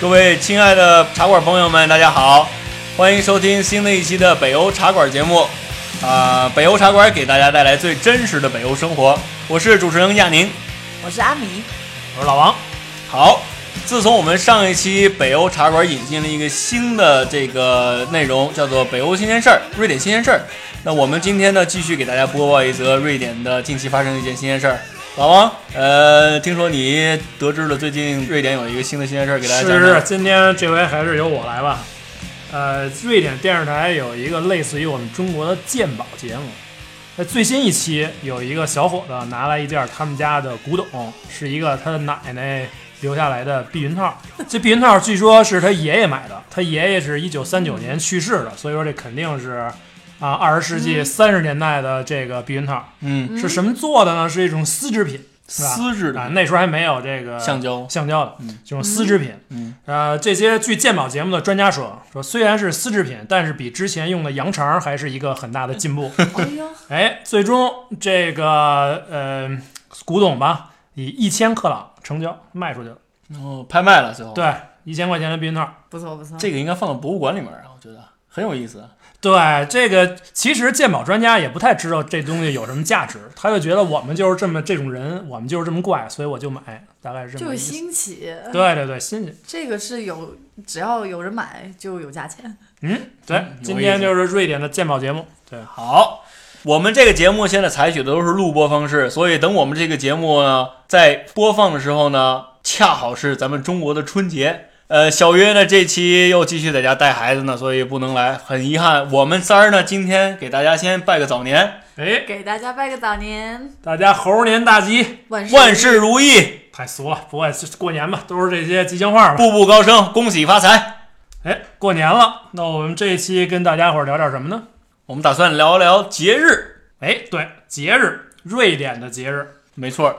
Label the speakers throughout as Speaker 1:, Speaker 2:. Speaker 1: 各位亲爱的茶馆朋友们，大家好，欢迎收听新的一期的北欧茶馆节目。啊、北欧茶馆给大家带来最真实的北欧生活，我是主持人亚宁。
Speaker 2: 我是阿米，
Speaker 3: 我说老王，
Speaker 1: 好，自从我们上一期北欧茶馆引进了一个新的这个内容，叫做北欧新鲜事儿、瑞典新鲜事儿。那我们今天呢，继续给大家播报一则瑞典的近期发生的一件新鲜事儿。老王，呃，听说你得知了最近瑞典有一个新的新鲜事儿，给大家
Speaker 3: 是
Speaker 1: 讲讲。
Speaker 3: 是，今天这回还是由我来吧。呃，瑞典电视台有一个类似于我们中国的鉴宝节目。在最新一期，有一个小伙子拿来一件他们家的古董，是一个他奶奶留下来的避孕套。这避孕套据说是他爷爷买的，他爷爷是一九三九年去世的，所以说这肯定是啊二十世纪三十年代的这个避孕套。
Speaker 1: 嗯，
Speaker 3: 是什么做的呢？是一种丝织品，是吧？
Speaker 1: 丝质
Speaker 3: 啊，
Speaker 1: 的
Speaker 3: 那时候还没有这个
Speaker 1: 橡胶，
Speaker 3: 橡胶的
Speaker 1: 嗯
Speaker 3: 这种丝织品。
Speaker 1: 嗯，
Speaker 3: 呃，这些据鉴宝节目的专家说，说虽然是丝织品，但是比之前用的羊肠还是一个很大的进步。
Speaker 2: 哎呦，
Speaker 3: 哎，最终这个呃古董吧，以一千克朗成交卖出去了。
Speaker 1: 哦，拍卖了最后。，
Speaker 3: 对，一千块钱的避孕套。
Speaker 2: 不错不错，
Speaker 1: 这个应该放到博物馆里面啊，我觉得很有意思。
Speaker 3: 对，这个其实鉴宝专家也不太知道这东西有什么价值，他就觉得我们就是这么这种人，我们就是这么怪，所以我就买，大概是这么
Speaker 2: 就是
Speaker 3: 个意思。
Speaker 2: 新呃奇，
Speaker 3: 对对对，新鲜。
Speaker 2: 这个是有，只要有人买就有价钱。
Speaker 3: 嗯，对
Speaker 1: 嗯，有
Speaker 3: 今
Speaker 1: 意
Speaker 3: 天
Speaker 1: 思
Speaker 3: 就是瑞典的鉴宝节目。对，
Speaker 1: 好，我们这个节目现在采取的都是录播方式，所以等我们这个节目呢在播放的时候呢，恰好是咱们中国的春节。呃，小约呢这期又继续在家带孩子呢，所以不能来，很遗憾。我们仨儿呢今天给大家先拜个早年，
Speaker 3: 哎，
Speaker 2: 给大家拜个早年，
Speaker 3: 大家猴年大吉，
Speaker 2: 万事
Speaker 1: 万事如意，
Speaker 3: 太俗了，不过过年嘛，都是这些吉祥话嘛。
Speaker 1: 步步高升，恭喜发财。
Speaker 3: 哎，过年了，那我们这一期跟大家伙儿聊点什么呢？
Speaker 1: 我们打算聊聊节日，
Speaker 3: 哎，对，节日，瑞典的节日，
Speaker 1: 没错儿，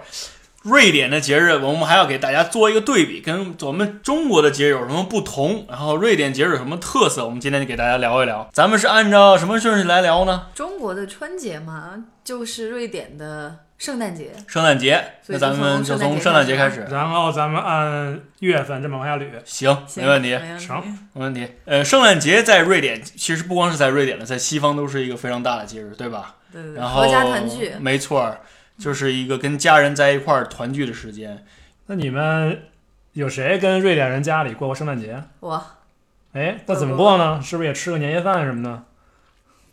Speaker 1: 瑞典的节日，我们还要给大家做一个对比，跟我们中国的节日有什么不同，然后瑞典节日有什么特色，我们今天就给大家聊一聊。咱们是按照什么顺序来聊呢？
Speaker 2: 中国的春节嘛，就是瑞典的圣诞节，
Speaker 1: 圣诞节，那
Speaker 2: 所以就
Speaker 1: 咱们就从
Speaker 2: 从
Speaker 1: 圣诞
Speaker 2: 圣诞
Speaker 1: 节
Speaker 2: 节
Speaker 1: 开
Speaker 2: 开
Speaker 1: 始。
Speaker 3: 然后咱们按月份这么往下捋。
Speaker 1: 行，
Speaker 2: 行
Speaker 1: 没问题，
Speaker 2: 没问题
Speaker 3: 成
Speaker 1: 没问题。呃，圣诞节在瑞典，其实不光是在瑞典了，在西方都是一个非常大的节日，对吧？
Speaker 2: 对对对，
Speaker 1: 然后
Speaker 2: 合家团聚，
Speaker 1: 没错儿，就是一个跟家人在一块儿团聚的时间。
Speaker 3: 那你们有谁跟瑞典人家里过过圣诞节？
Speaker 2: 哇，
Speaker 3: 哎，那怎么过呢？是不是也吃个年夜饭什么的？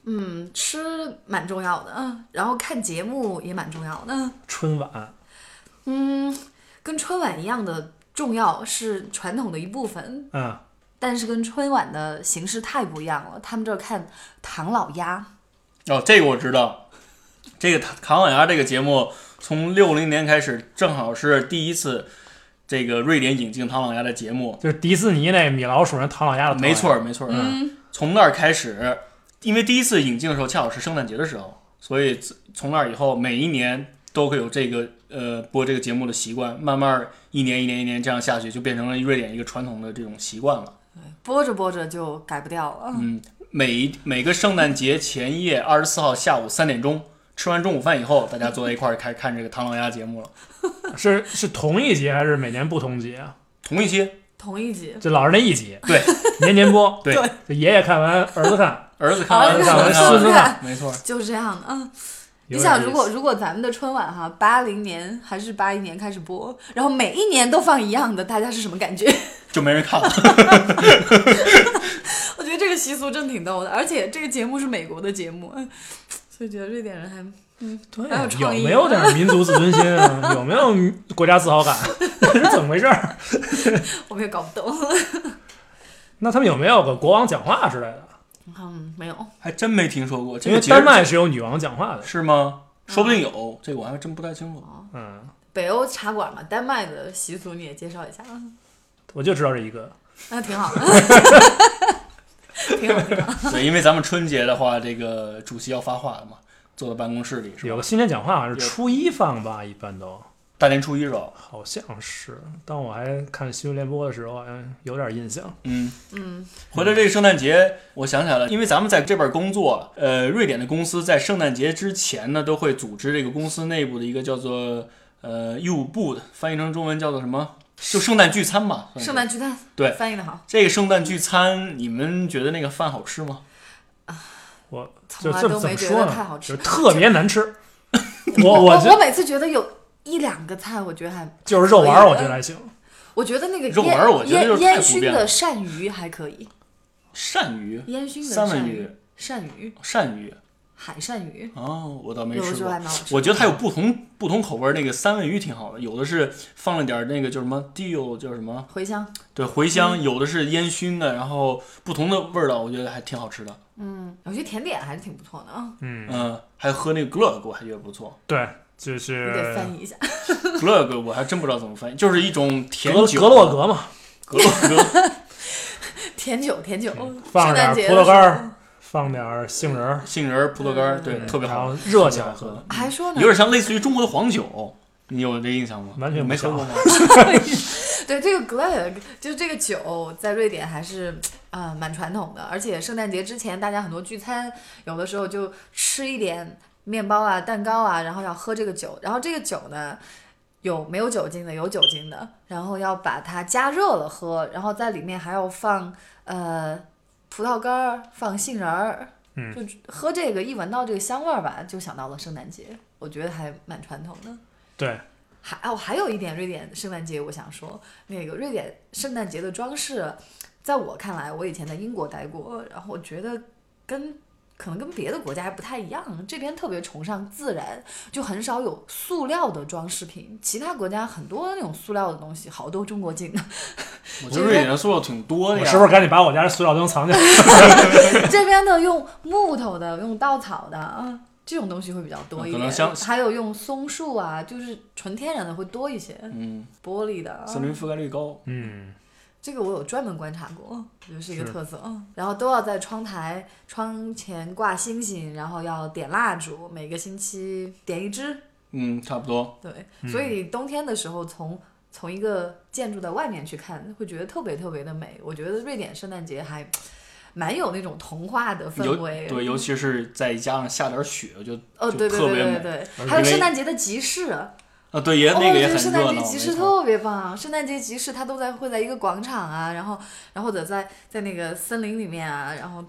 Speaker 2: 嗯，吃蛮重要的，嗯，然后看节目也蛮重要的，
Speaker 3: 春晚，
Speaker 2: 嗯，跟春晚一样的重要是传统的一部分，
Speaker 3: 嗯，
Speaker 2: 但是跟春晚的形式太不一样了。他们这儿看唐老鸭，
Speaker 1: 哦，这个我知道，这个《唐唐老鸭》这个节目从六零年开始，正好是第一次这个瑞典引进唐老鸭的节目。
Speaker 3: 就是迪士尼那米老鼠那唐老鸭的。
Speaker 1: 没错，儿，没错儿，
Speaker 2: 嗯，
Speaker 1: 从那儿开始，因为第一次引进的时候恰好是圣诞节的时候，所以自从那儿以后，每一年都会有这个呃播这个节目的习惯，慢慢儿一年一年一年这样下去，就变成了瑞典一个传统的这种习惯了。
Speaker 2: 播着播着就改不掉了。
Speaker 1: 嗯，每一每个圣诞节前夜二十四号下午三点钟。吃完中午饭以后，大家坐在一块儿开始看这个唐老鸭节目了。
Speaker 3: 是是同一集还是每年不同集啊？
Speaker 1: 同一期
Speaker 2: 同一 集，
Speaker 3: 就老是那一集，
Speaker 1: 对，
Speaker 3: 年 年播，
Speaker 1: 对，
Speaker 3: 就爷爷看完，儿子看，
Speaker 1: 儿子看完，
Speaker 2: 儿
Speaker 1: 儿
Speaker 2: 子
Speaker 1: 看完，
Speaker 3: 看
Speaker 1: 孙
Speaker 3: 完
Speaker 1: 子
Speaker 3: 孙子
Speaker 1: 看，没错。
Speaker 2: 就是这样的。嗯， 你
Speaker 3: 有点
Speaker 2: 想，
Speaker 3: 意思
Speaker 2: 如果如果咱们的春晚哈，八零年还是八一年开始播，然后每一年都放一样的，大家是什么感觉？
Speaker 1: 就没人看了。
Speaker 2: 我觉得这个习俗真挺逗的，而且这个节目是美国的节目， 嗯所以觉得瑞典人还嗯
Speaker 3: 对
Speaker 2: 还有创意
Speaker 3: 没哎有点民族自尊心啊？有没有国家自豪感？ 这是怎么回事儿？
Speaker 2: 我们也搞不懂。
Speaker 3: 那他们有没有个国王讲话之类的？
Speaker 2: 嗯，没有，
Speaker 1: 还真没听说过这
Speaker 3: 因
Speaker 1: 个
Speaker 3: 为
Speaker 1: 节日
Speaker 3: 丹麦是有女王讲话的，
Speaker 1: 是吗？说不定有，这个我还真不太清楚。
Speaker 2: 哦
Speaker 3: 嗯，
Speaker 2: 北欧茶馆嘛，丹麦的习俗你也介绍一 下，
Speaker 3: 我就知道这一个。
Speaker 2: 那挺 好的，挺好挺好。
Speaker 1: 对，因为咱们春节的话，这个主席要发话的嘛，坐在办公室里是
Speaker 3: 有
Speaker 1: 吧？
Speaker 3: 个新年讲话好像是初一放吧，一般都
Speaker 1: 大年初一是吧？
Speaker 3: 好像是。当我还看新闻联播的时候，好像有点印象。
Speaker 1: 嗯，
Speaker 2: 嗯，
Speaker 1: 回到这个圣诞节，我想起来了，因为咱们在这边工作，呃，瑞典的公司在圣诞节之前呢，都会组织这个公司内部的一个叫做呃 U 部的，翻译成中文叫做什么？就圣诞聚餐嘛，算是
Speaker 2: 圣诞聚餐，
Speaker 1: 对
Speaker 2: 翻译的好，
Speaker 1: 这个圣诞聚餐，你们觉得那个饭好吃吗？
Speaker 3: 我
Speaker 2: 从
Speaker 3: 就
Speaker 2: 来
Speaker 3: 这么
Speaker 2: 都
Speaker 3: 怎
Speaker 2: 没
Speaker 3: 么
Speaker 2: 觉
Speaker 3: 说
Speaker 2: 得
Speaker 3: 呢
Speaker 2: 太好吃
Speaker 3: 就。特别 难吃。我
Speaker 2: 我
Speaker 3: 我
Speaker 2: 我
Speaker 3: 就
Speaker 2: 每次觉得有一两个菜，我觉得还，
Speaker 3: 就是肉丸儿，我觉得还行。
Speaker 2: 我觉得那个
Speaker 1: 肉
Speaker 2: 腌
Speaker 1: 丸儿我觉得就是太
Speaker 2: 腌烟
Speaker 1: 普
Speaker 2: 熏
Speaker 1: 遍了
Speaker 2: 的鳝鱼还可以，
Speaker 1: 鳝鱼、
Speaker 2: 烟熏的
Speaker 1: 三文
Speaker 2: 鳝
Speaker 1: 鱼、
Speaker 2: 鳝鱼、
Speaker 1: 鳝鱼
Speaker 2: 海鳝鱼，
Speaker 1: 哦，我倒没
Speaker 2: 有的
Speaker 1: 吃
Speaker 2: 时候
Speaker 1: 过
Speaker 2: 还。蛮好吃的。
Speaker 1: 我觉得它有不同不同口味儿，那个三文鱼挺好的，有的是放了点儿那个叫什么 dill 叫什么
Speaker 2: 茴香，
Speaker 1: 对茴
Speaker 3: 嗯
Speaker 1: 香，有的是烟熏的，然后不同的味儿道，我觉得还挺好吃的。
Speaker 2: 嗯，我觉得甜点还是挺不错的啊。
Speaker 3: 嗯，
Speaker 1: 嗯，还喝那个 glug 我还觉得不错
Speaker 3: 对，就
Speaker 2: 你
Speaker 3: 是
Speaker 2: 得翻译一下，
Speaker 1: ，glug 我还真不知道怎么翻译，就是一种甜
Speaker 3: 格
Speaker 1: 酒。
Speaker 3: 格洛格嘛，
Speaker 1: 格洛格，
Speaker 2: 甜酒甜酒，
Speaker 3: 嗯
Speaker 2: 嗯
Speaker 3: 放
Speaker 2: 圣诞
Speaker 3: 点儿
Speaker 2: 节
Speaker 3: 葡
Speaker 2: 的
Speaker 3: 萄
Speaker 2: 时
Speaker 3: 干
Speaker 2: 候嗯
Speaker 3: 儿，放点儿杏仁儿，
Speaker 1: 杏仁儿、葡萄干儿，对，特别
Speaker 3: 嗯然
Speaker 1: 好
Speaker 3: 后
Speaker 1: 喝，
Speaker 3: 热起来
Speaker 1: 特别好
Speaker 3: 喝。
Speaker 1: 喝。
Speaker 2: 还说呢
Speaker 1: 有，点像类似于中国的黄酒，你有这印象吗？
Speaker 3: 完全不
Speaker 1: 没喝
Speaker 3: 像
Speaker 1: 过 吗？
Speaker 2: 对这个 Glögg，就这个酒在瑞典还是啊、呃蛮传统的，而且圣诞节之前大家很多聚餐，有的时候就吃一点面包啊、蛋糕啊，然后要喝这个酒，然后这个酒呢。有没有酒精的？有酒精的，然后要把它加热了喝，然后在里面还要放呃葡萄干儿，放杏仁儿，
Speaker 3: 嗯
Speaker 2: 就喝这个一闻到这个香味儿吧，就想到了圣诞节，我觉得还蛮传统的。
Speaker 3: 对，
Speaker 2: 还哦，还有一点，瑞典圣诞节，我想说，那个瑞典圣诞节的装饰，在我看来，我以前在英国待过，然后我觉得跟可能跟别的国家还不太一样，这边特别崇尚自然，就很少有塑料的装饰品。其他国家很多那种塑料的东西，好多中国进的，
Speaker 1: 我觉得瑞典的塑料挺多的
Speaker 3: 我
Speaker 1: 呀。
Speaker 3: 是不是赶紧把我家的塑料灯藏起来？
Speaker 2: 这边的用木头的，用稻草的啊，这种东西会比较多一
Speaker 1: 嗯可
Speaker 2: 点
Speaker 1: 能像，
Speaker 2: 还有用松树啊，就是纯天然的会多一些，
Speaker 1: 嗯，
Speaker 2: 玻璃的啊。
Speaker 1: 森林覆盖率高。
Speaker 3: 嗯，
Speaker 2: 这个我有专门观察过，我觉得是一个
Speaker 3: 是
Speaker 2: 特色。嗯然后都要在窗台窗前挂星星，然后要点蜡烛，每个星期点一支。
Speaker 1: 嗯，差不多。
Speaker 2: 对，所以冬天的时候从从一个建筑的外面去看，会觉得特别特别的美。我觉得瑞典圣诞节还蛮有那种童话的
Speaker 1: 尤
Speaker 2: 氛围。
Speaker 1: 对，尤其是再加上下点雪，我就
Speaker 2: 哦，
Speaker 1: 就
Speaker 2: 对对
Speaker 1: 特
Speaker 2: 对
Speaker 1: 别美
Speaker 2: 对对，
Speaker 1: 而
Speaker 2: 还有
Speaker 1: 因为
Speaker 2: 圣诞节的集市，
Speaker 1: 啊，对，也那
Speaker 2: 哦，
Speaker 1: 个也
Speaker 2: 对
Speaker 1: 很
Speaker 2: 圣
Speaker 1: 热
Speaker 2: 诞
Speaker 1: 闹。
Speaker 2: 节
Speaker 1: 没
Speaker 2: 集市
Speaker 1: 错
Speaker 2: 特别棒，圣诞节集市它都在会在一个广场啊，然后然后或者在在那个森林里面啊，然后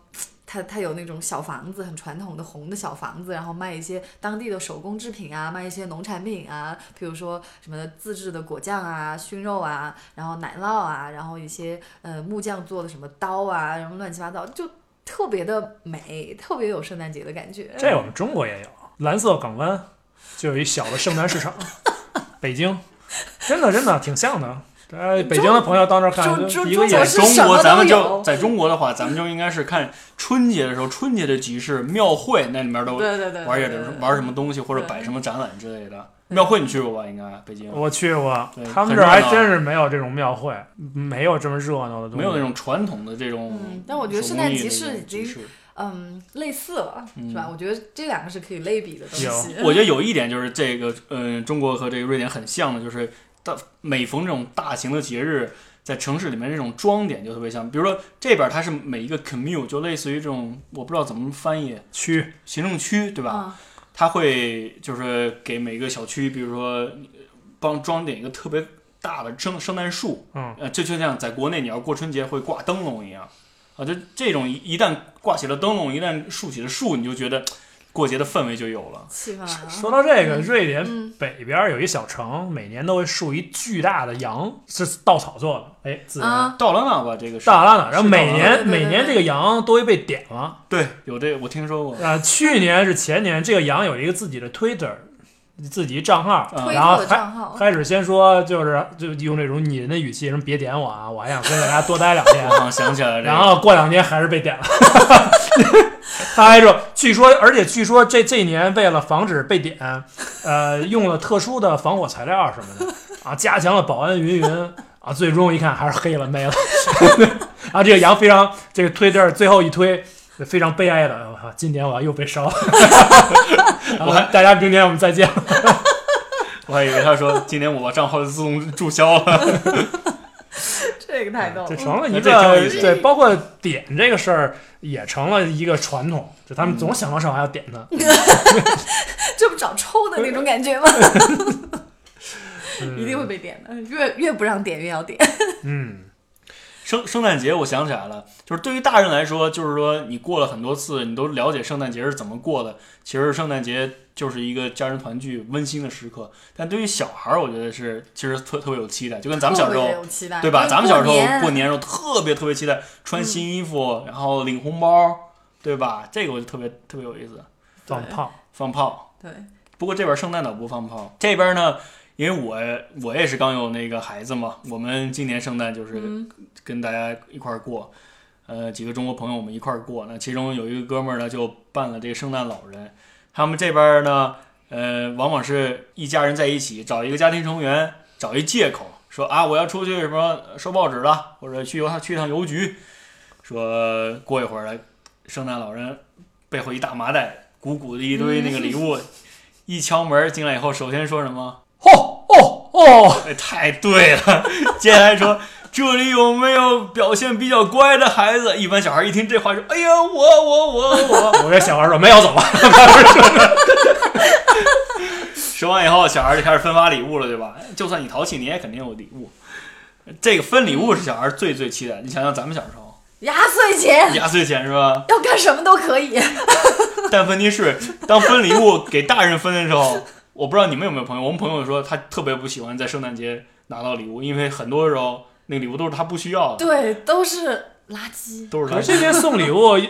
Speaker 2: 它它有那种小房子，很传统的红的小房子，然后卖一些当地的手工制品啊，卖一些农产品啊，比如说什么自制的果酱啊、熏肉啊，然后奶酪啊，然后一些呃木匠做的什么刀啊，什么乱七八糟，就特别的美，特别有圣诞节的感觉。
Speaker 3: 这我们中国也有，蓝色港湾就有一小的圣诞 市场，北京，真的真的挺像的。呃，北京的朋友到那儿看，
Speaker 2: 嗯中
Speaker 3: 就
Speaker 2: 中
Speaker 3: 一个
Speaker 2: 中
Speaker 3: 眼
Speaker 1: 在
Speaker 2: 国是
Speaker 1: 中
Speaker 2: 什么
Speaker 1: 国，
Speaker 2: 都
Speaker 1: 咱们就
Speaker 2: 有
Speaker 1: 在中国的话，咱们就应该是看春节的时候，春节的集市、庙会那里面都
Speaker 2: 对对对，
Speaker 1: 玩
Speaker 2: 对
Speaker 1: 点
Speaker 2: 对对
Speaker 1: 玩什么东西，或者摆什么展览之类的。庙会你去过吧？应该北京
Speaker 3: 我去过
Speaker 1: 嗯对，
Speaker 3: 他们这儿还真是没有这种庙会，没有这么热闹的东西。
Speaker 1: 没有那种传统的这种手工艺的那种集市。
Speaker 2: 嗯但我觉得圣诞集市已经嗯，类似了，是吧？
Speaker 1: 嗯
Speaker 2: 我觉得这两个是可以类比的东西。
Speaker 3: 有
Speaker 1: 我觉得有一点就是这个，嗯、中国和这个瑞典很像的，就是大每逢这种大型的节日，在城市里面这种装点就特别像。比如说这边它是每一个 commune，就类似于这种，我不知道怎么翻译，
Speaker 3: 区，
Speaker 1: 行政区，对吧？
Speaker 2: 嗯，
Speaker 1: 它会就是给每个小区，比如说呃帮装点一个特别大的圣圣诞树，
Speaker 3: 嗯，
Speaker 1: 呃，这就像在国内你要过春节会挂灯笼一样，啊，就这种一一旦挂起了灯笼，一旦竖起了树，你就觉得过节的氛围就有了。
Speaker 2: 气氛来
Speaker 1: 嗯
Speaker 2: 了。
Speaker 3: 说到这个，瑞典
Speaker 2: 嗯，
Speaker 3: 北边有一小城，每年都会竖一巨大的羊，是稻草做的，哎，自然。
Speaker 2: 啊，
Speaker 1: 到了那吧，这个是
Speaker 3: 大拉呢？然后
Speaker 2: 是
Speaker 3: 每年
Speaker 2: 稻草
Speaker 3: 每年这个羊都会被点了，
Speaker 1: 对，有这我听说过。
Speaker 3: 啊，去年是前年，这个羊有一个自己的 Twitter，自己账号，
Speaker 1: 啊
Speaker 2: 推
Speaker 3: 然后
Speaker 2: 特
Speaker 3: 还
Speaker 2: 账号，
Speaker 3: 开始先说就是就用这种拟人的语气，什么别点我啊，我还想跟大家多待两天
Speaker 1: 我。好像啊想起来了、这个，
Speaker 3: 然后过两天还是被点了， 他还说，据说，而且据说这这一年为了防止被点，呃，用了特殊的防火材料什么的啊，加强了保安云云啊，最终一看还是黑了没了， 然后这个羊非常这个推这儿最后一推。非常悲哀的，我靠！今年我要又被烧了。 然后大家明年我们再见。啊
Speaker 1: 我还以为他说今年我把账号自动注销了。
Speaker 2: 这个太逗
Speaker 3: 这
Speaker 2: 了。
Speaker 3: 成了一
Speaker 1: 嗯这挺有
Speaker 3: 个
Speaker 1: 意思的
Speaker 3: 对，包括点这个事儿也成了一个传统，就他们总想方设法 要点它。
Speaker 2: 这不找抽的那种感觉吗？一定会被点的，越越不让点越要点。
Speaker 3: 嗯，
Speaker 1: 圣圣诞节，我想起来了，就是对于大人来说，就是说你过了很多次，你都了解圣诞节是怎么过的。其实圣诞节就是一个家人团聚、温馨的时刻。但对于小孩儿，我觉得是其实特特别有期待，就跟咱们小时
Speaker 2: 特别
Speaker 1: 候，
Speaker 2: 有期待，
Speaker 1: 对吧？
Speaker 2: 因为
Speaker 1: 咱们小时候
Speaker 2: 过
Speaker 1: 过年时候特别特别期待，穿新衣服，然后领红包，对吧？这个我就特别特别有意思，
Speaker 3: 放炮，
Speaker 1: 放炮。
Speaker 2: 对，
Speaker 1: 不过这边圣诞岛不放炮，这边呢，因为我我也是刚有那个孩子嘛，我们今年圣诞就是
Speaker 2: 嗯，
Speaker 1: 跟大家一块儿过，呃，几个中国朋友我们一块儿过。那其中有一个哥们儿呢，就扮了这个圣诞老人。他们这边呢，呃，往往是一家人在一起，找一个家庭成员，找一借口说啊，我要出去什么收报纸了，或者去邮去趟邮局，说过一会儿了，圣诞老人背后一大麻袋，鼓鼓的一堆那个礼物，一敲门进来以后，首先说什么？
Speaker 3: 哦哦哦，
Speaker 1: 哎，太对了！接下来说，这里有没有表现比较乖的孩子？一般小孩一听这话说，哎呀，我我我我。
Speaker 3: 我这小孩说没有走啊吧，
Speaker 1: 说完以后，小孩就开始分发礼物了，对吧？哎就算你淘气，你也肯定有礼物。这个分礼物是小孩最最期待的。你想想咱们小时候，
Speaker 2: 压岁钱
Speaker 1: 压岁钱是吧？
Speaker 2: 要干什么都可以，
Speaker 1: 但问题是，当分礼物给大人分的时候，我不知道你们有没有朋友，我们朋友说他特别不喜欢在圣诞节拿到礼物，因为很多时候那个礼物都是他不需要的，
Speaker 2: 对，都是垃圾。
Speaker 1: 都是他
Speaker 3: 可是这边送礼物一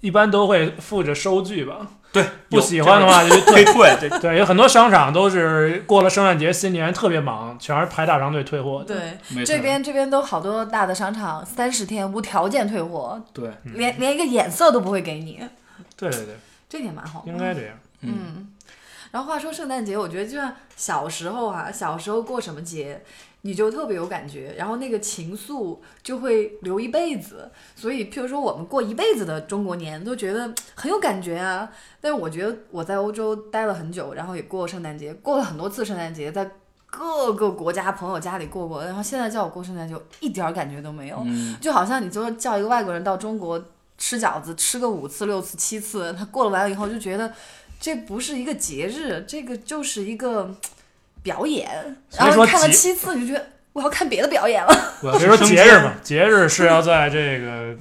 Speaker 3: 一般都会附着收据吧，
Speaker 1: 对
Speaker 3: 不喜欢的话就
Speaker 1: 可以退，这
Speaker 3: 对，有很多商场都是过了圣诞节、新年特别忙，全是排大长队退货。，
Speaker 2: 对，
Speaker 1: 没错
Speaker 2: 这边这边都好多大的商场，三十天无条件退货，
Speaker 1: 对，
Speaker 3: 嗯
Speaker 2: 连连一个眼色都不会给你，
Speaker 3: 对对对，
Speaker 2: 这点蛮好的。
Speaker 3: 应该这样。
Speaker 1: 嗯，
Speaker 2: 嗯，然后话说圣诞节，我觉得就像小时候啊，小时候过什么节，你就特别有感觉，然后那个情愫就会留一辈子。所以，譬如说我们过一辈子的中国年，都觉得很有感觉啊。但是我觉得我在欧洲待了很久，然后也过圣诞节，过了很多次圣诞节，在各个国家朋友家里过过，然后现在叫我过圣诞节，我一点儿感觉都没有。
Speaker 1: 嗯，
Speaker 2: 就好像你就是叫一个外国人到中国吃饺子，吃个五次、六次、七次，他过了完了以后就觉得这不是一个节日，这个就是一个嗯表演。
Speaker 3: 所以
Speaker 2: 然后
Speaker 3: 说
Speaker 2: 你看了
Speaker 3: 节
Speaker 2: 七次，你就觉得我要看别的表演了。
Speaker 1: 我要
Speaker 3: 所以说节日嘛，节日嗯是要在这 个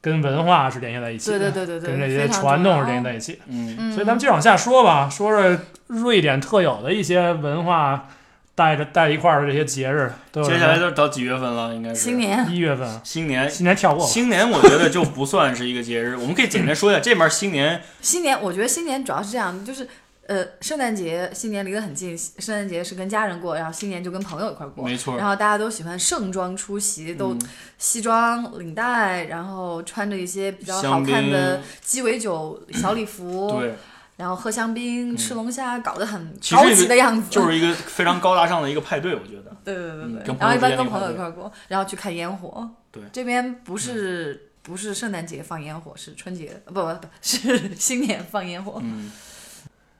Speaker 3: 跟文化 是联系在一起
Speaker 2: 对
Speaker 3: 的，
Speaker 2: 对对对对，
Speaker 3: 跟这
Speaker 2: 非
Speaker 3: 些
Speaker 2: 常
Speaker 3: 传
Speaker 2: 重
Speaker 3: 统
Speaker 2: 要
Speaker 3: 是联系在一起的。
Speaker 1: 嗯，
Speaker 2: 嗯，
Speaker 3: 所以咱们接着往下说吧，说说瑞典特有的一些文化带着带一块儿的这些节日。都有
Speaker 1: 接下来
Speaker 3: 什
Speaker 1: 就到几月份了？应该是
Speaker 2: 新年
Speaker 3: 么一月份，啊
Speaker 1: 新年。
Speaker 3: 新年跳过吧。
Speaker 1: 新年我觉得就不算是一个节日，我们可以简单说一下这边新年，
Speaker 2: 新年，我觉得新年主要是这样，就是呃，圣诞节、新年离得很近，圣诞节是跟家人过，然后新年就跟朋友一块儿过。
Speaker 1: 没错
Speaker 2: 然，后大家都喜欢盛装出席，嗯都
Speaker 1: 嗯
Speaker 2: 西装、领带，然后穿着一些比较好
Speaker 1: 香
Speaker 2: 看
Speaker 1: 槟
Speaker 2: 的鸡尾 酒小礼服，
Speaker 1: 对，
Speaker 2: 然后喝香槟、
Speaker 1: 嗯
Speaker 2: 吃龙虾，搞得很
Speaker 1: 其实
Speaker 2: 高
Speaker 1: 这
Speaker 2: 级
Speaker 1: 个
Speaker 2: 的样子。
Speaker 1: 就是一个非常高大上的一个派对，我觉得，
Speaker 2: 对对对
Speaker 1: 嗯
Speaker 2: 对对
Speaker 1: 跟，
Speaker 2: 然后一
Speaker 1: 朋友之间
Speaker 2: 般跟
Speaker 1: 的
Speaker 2: 朋友
Speaker 1: 派
Speaker 2: 一
Speaker 1: 对
Speaker 2: 块儿过，然后去看烟火。
Speaker 1: 对
Speaker 2: 这边不是不是圣诞节放烟火，是春节不不不是 新年放烟火。
Speaker 1: 嗯，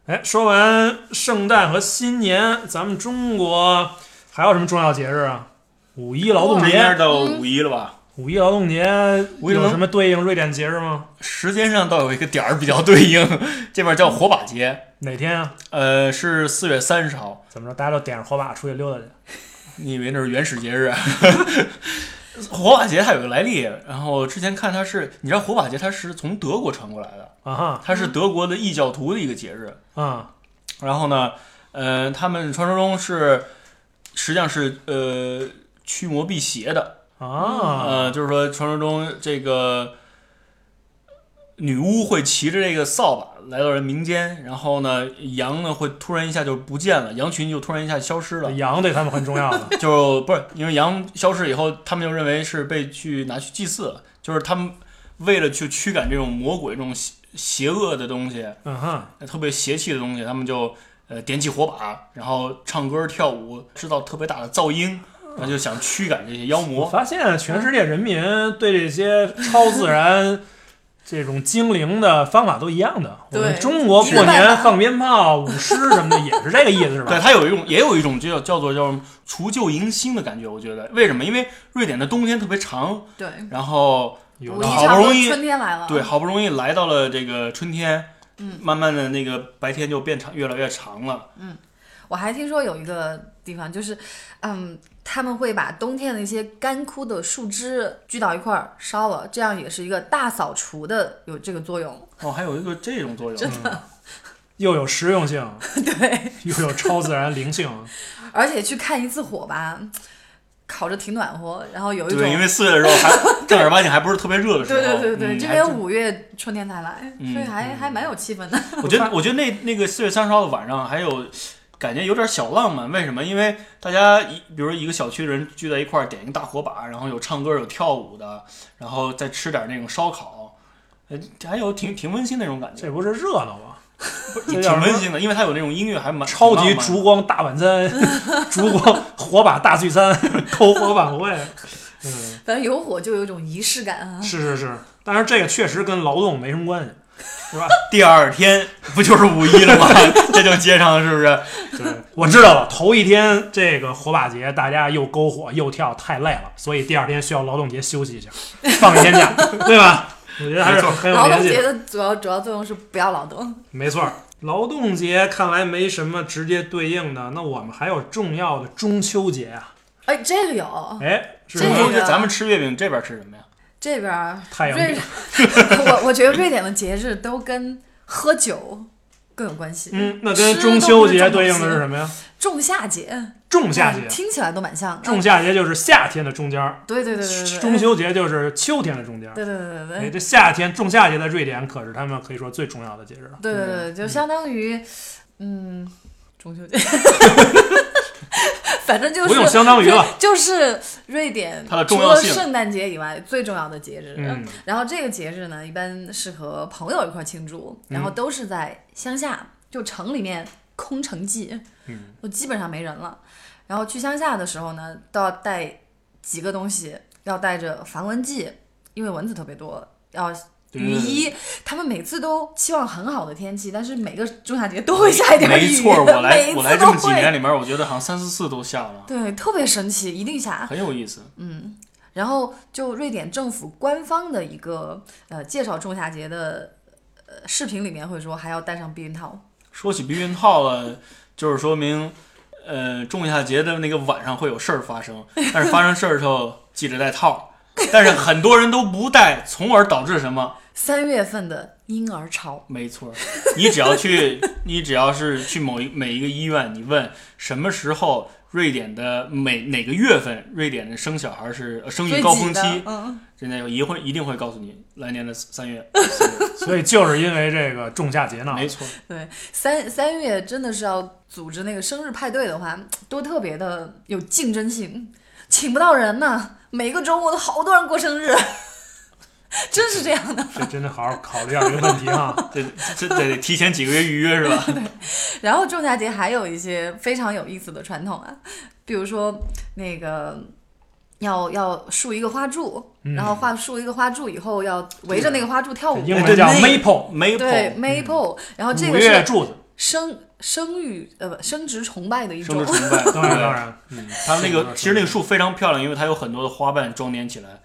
Speaker 3: 哎，说完圣诞和新年，咱们中国还有什么重要节日啊？五一劳动
Speaker 1: 这应该
Speaker 3: 节，
Speaker 1: 是到五一了吧？
Speaker 3: 五一劳动节
Speaker 1: 五一劳
Speaker 3: 有什么对应瑞典节日吗？
Speaker 1: 时间上倒有一个点儿比较对应， 这边叫火把节，
Speaker 3: 哪天啊？
Speaker 1: 呃，是四月三十号，
Speaker 3: 怎么着，大家都点着火把出去溜达去？
Speaker 1: 你以为那是原始节日啊？ 火把节它有个来历，然后之前看它是，你知道火把节它是从德国传过来的，
Speaker 3: 啊哈，
Speaker 1: 它是德国的异教徒的一个节日。
Speaker 3: 啊、
Speaker 1: 然后呢，呃，他们传说中是实际上是呃驱魔辟邪的，
Speaker 3: 啊，
Speaker 1: 呃，就是说传说中这个女巫会骑着这个扫把来到人民间，然后呢，羊呢会突然一下就不见了，羊群就突然一下消失了
Speaker 3: 这。羊对他们很重要的。
Speaker 1: 就不是因为羊消失以后，他们就认为是被去拿去祭祀了，就是他们为了去驱赶这种魔鬼、这种邪邪恶的东西，
Speaker 3: 嗯哼，
Speaker 1: 特别邪气的东西，他们就呃点起火把，然后唱歌跳舞，制造特别大的噪音，那就想驱赶这些妖
Speaker 3: 我
Speaker 1: 魔。
Speaker 3: 发现全世界人民对这些超自然这种精灵的方法都一样的。我们
Speaker 2: 对
Speaker 3: 中国
Speaker 2: 一
Speaker 3: 过
Speaker 2: 个办
Speaker 3: 年
Speaker 2: 法
Speaker 3: 放鞭炮、舞狮什么的，也是这个意思，是
Speaker 1: 对，
Speaker 3: 吧？
Speaker 1: 它有一种，也有一种叫叫做叫除旧迎新的感觉。我觉得为什么？因为瑞典的冬天特别长，
Speaker 2: 对，
Speaker 1: 然后
Speaker 3: 有
Speaker 2: 五
Speaker 1: 道
Speaker 2: 一
Speaker 1: 理嗯
Speaker 2: 差
Speaker 1: 好
Speaker 2: 不
Speaker 1: 不
Speaker 2: 多
Speaker 1: 容易
Speaker 2: 春天来了。
Speaker 1: 对，好不容易来到了这个春天，
Speaker 2: 啊嗯
Speaker 1: 慢慢的那个白天就变长，越来越长了。
Speaker 2: 我还听说有一个地方，就是，嗯，他们会把冬天的一些干枯的树枝锯到一块儿烧了，这样也是一个大扫除的有这个作用。
Speaker 1: 哦，还有一个这种作用，
Speaker 3: 嗯又有实用性，
Speaker 2: 对，
Speaker 3: 又有超自然灵性，
Speaker 2: 而且去看一次火吧，烤着挺暖和，然后有一种
Speaker 1: 对，因为四月的时候还正儿八经还不是特别热的时候，
Speaker 2: 对对对对，
Speaker 1: 嗯
Speaker 2: 这
Speaker 1: 还
Speaker 2: 边
Speaker 1: 真
Speaker 2: 五月春天才来，
Speaker 1: 嗯
Speaker 2: 所以还、还蛮有气氛的。
Speaker 1: 我觉得，我觉得那那个四月三十号的晚上，还有感觉有点小浪漫。为什么？因为大家一，比如一个小区的人聚在一块儿，点一个大火把，然后有唱歌，有跳舞的，然后再吃点那种烧烤，呃，还有挺挺温馨那种感觉，
Speaker 3: 这不是热闹吗？
Speaker 1: 挺
Speaker 3: 这叫什
Speaker 1: 温
Speaker 3: 么？
Speaker 1: 馨的，因为它有那种音乐，还蛮
Speaker 3: 超级。
Speaker 1: 挺浪漫的
Speaker 3: 烛光大晚餐， 烛光火把大聚餐，篝火晚会。嗯，
Speaker 2: 反正有火就有一种仪式感 啊。
Speaker 3: 是是是，但是这个确实跟劳动没什么关系，是吧？
Speaker 1: 第二天不就是五一了吗？ 这就接上了，是不是？
Speaker 3: 对，我知道了。头一天这个火把节，大家又篝火又跳，太累了，所以第二天需要劳动节休息一下，放一 天假，对吧？我觉得还是很有
Speaker 2: 劳动
Speaker 3: 联系
Speaker 2: 节
Speaker 3: 的。
Speaker 2: 的主要主要作用是不要劳动，
Speaker 3: 没错儿，劳动节看来没什么直接对应的，那我们还有重要的中秋节啊！
Speaker 2: 哎，这个有
Speaker 3: 哎，是
Speaker 2: 这
Speaker 1: 中
Speaker 2: 个
Speaker 1: 秋节咱们吃月饼，这边吃什么呀？
Speaker 2: 这边儿
Speaker 3: 太阳
Speaker 2: 瑞
Speaker 3: 饼，，
Speaker 2: 我我觉得瑞典的节日都跟喝酒更有关系。
Speaker 3: 嗯，那跟中秋节对应的是什么呀？
Speaker 2: 仲夏节，嗯
Speaker 3: 仲夏节，
Speaker 2: 听起来都蛮像的。
Speaker 3: 仲夏节就是夏天的中间儿，
Speaker 2: 对对对对对，
Speaker 3: 中秋节就是秋天的中间儿。
Speaker 2: 对对对对
Speaker 3: 哎，
Speaker 2: 对。
Speaker 3: 这夏天仲夏节在瑞典可是他们可以说最重要的节日了。
Speaker 2: 对对对，
Speaker 3: 嗯
Speaker 2: 就相当于，嗯，中秋节，反正就是
Speaker 3: 不用相当 于了，
Speaker 2: 就是瑞典
Speaker 1: 它的重要性
Speaker 2: 除了圣诞节以外最重要的节日。
Speaker 3: 嗯
Speaker 2: 然后这个节日呢，一般是和朋友一块儿庆祝，然
Speaker 1: 嗯
Speaker 2: 后都是在乡下，就城里面空城计，
Speaker 3: 嗯，
Speaker 2: 就基本上没人了。然后去乡下的时候呢，都要带几个东西，要带着防蚊剂，因为蚊子特别多，要雨衣，他们每次都期望很好的天气，但是每个仲夏节都会下一点雨。
Speaker 1: 没错，我来
Speaker 2: 每
Speaker 1: 我
Speaker 2: 次
Speaker 1: 来这
Speaker 2: 都
Speaker 1: 么几
Speaker 2: 会
Speaker 1: 年里面，我觉得好像三四次都下了，
Speaker 2: 对，特别神奇，一定下。
Speaker 1: 很有意思。
Speaker 2: 然后就瑞典政府官方的一个呃介绍仲夏节的呃视频里面会说还要戴上避孕套，
Speaker 1: 说起避孕套了，就是说明，呃，仲夏节的那个晚上会有事儿发 生，但是发生事儿的时候记着戴套，但是很多人都不戴，从而导致什么？
Speaker 2: 三月份的婴儿潮。
Speaker 1: 没错，你只要 去，你只要是去某一每一个医院，你问什么时候瑞典的每哪个月份，瑞典的生小孩是、呃生育
Speaker 2: 最
Speaker 1: 高
Speaker 2: 挤
Speaker 1: 峰
Speaker 2: 的，
Speaker 1: 期，
Speaker 2: 嗯，
Speaker 1: 人家有一会一定会告诉你来年的三月。四月
Speaker 3: 所以就是因为这个仲夏节
Speaker 2: 啊
Speaker 3: 呢，
Speaker 1: 没错，
Speaker 2: 对，三三月真的是要组织那个生日派对的话，多特别的有竞争性，请不到人呢。每个周末都好多人过生日， 真是这样的。
Speaker 3: 这真得好好考虑一下这个问题啊哈。
Speaker 1: 这这这得提前几个月预约是吧？
Speaker 2: 然后仲夏节还有一些非常有意思的传统啊，比如说那个要要竖一个花柱，然后画竖一个花柱以后要围着那个花柱跳舞，
Speaker 3: 英文叫
Speaker 1: 哎嗯对
Speaker 3: maple，
Speaker 1: 没
Speaker 2: 对 maple，、
Speaker 1: 嗯
Speaker 2: 然后这
Speaker 3: 五
Speaker 2: 个
Speaker 3: 月
Speaker 2: 是
Speaker 3: 柱子，
Speaker 2: 生生育呃不生殖崇拜的一
Speaker 1: 生殖
Speaker 2: 种，
Speaker 1: 崇 拜，
Speaker 3: 当然当然，嗯
Speaker 1: 它那
Speaker 3: 是
Speaker 1: 个
Speaker 3: 的
Speaker 1: 其实那个树非常漂亮，因为它有很多的花瓣装点起来，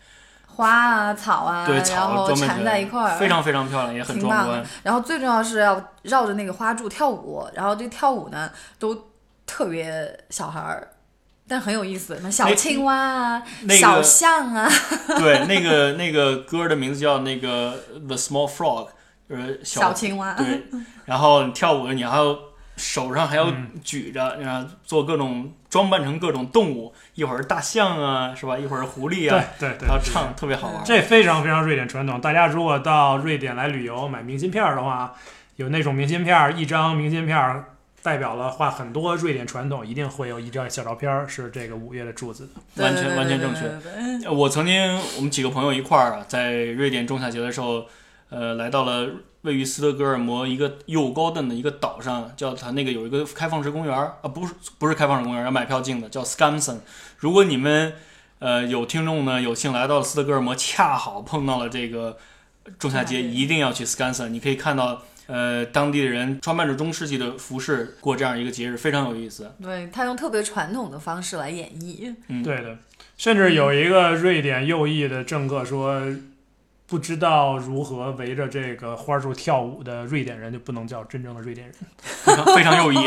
Speaker 2: 花啊草啊，
Speaker 1: 对，
Speaker 2: 然
Speaker 1: 草装
Speaker 2: 后
Speaker 1: 扮起
Speaker 2: 缠在一块
Speaker 1: 来，
Speaker 2: 儿，
Speaker 1: 非常非常漂亮，也很
Speaker 2: 挺
Speaker 1: 壮
Speaker 2: 棒
Speaker 1: 观
Speaker 2: 的。。然后最重要是要绕着那个花柱跳舞，然后这跳舞呢都特别小孩儿，但很有意思，什么小
Speaker 1: 那
Speaker 2: 青蛙啊、
Speaker 1: 哎那个
Speaker 2: 小象啊，
Speaker 1: 对，那个那个歌的名字叫那个 The Small Frog，就是
Speaker 2: 小青蛙。
Speaker 1: 对，然后你跳舞，你还要手上还要
Speaker 3: 嗯
Speaker 1: 举着，然后做各种装扮成各种动物，一会儿是大象啊，是吧？一会儿是狐狸
Speaker 3: 对
Speaker 1: 啊，
Speaker 3: 对对，
Speaker 1: 然后
Speaker 3: 对
Speaker 1: 唱特别好玩。
Speaker 3: 这非常非常瑞典传统。大家如果到瑞典来旅游买明信片儿的话，有那种明信片，儿，一张明信片儿代表了话很多瑞典传统，一定会有一张小照片儿是这个五月的柱子。
Speaker 2: 对
Speaker 1: 完
Speaker 2: 对
Speaker 1: 全
Speaker 2: 对
Speaker 1: 完全
Speaker 2: 对
Speaker 1: 正
Speaker 2: 对
Speaker 1: 确
Speaker 2: 对对对
Speaker 1: 呃 我曾经我们几个朋友一块儿啊，在瑞典仲夏节的时候，呃，来到了位于斯德哥尔摩一个又高登的一个岛上，叫它那个有一个开放式公园儿啊，不是不是开放式公园儿，要买票进的，叫 Skansen。如果你们呃有听众呢有幸来到了斯德哥尔摩，恰好碰到了这个仲夏节，
Speaker 2: 仲夏节
Speaker 1: 一定要去 Skansen。你可以看到。呃，当地的人穿扮着中世纪的服饰过这样一个节日，非常有意思。
Speaker 2: 对他用特别传统的方式来演绎，
Speaker 1: 嗯
Speaker 3: 对的，甚至有一个瑞典右翼的政客说。不知道如何围着这个花束跳舞的瑞典人就不能叫真正的瑞典人，
Speaker 1: 常非常右翼，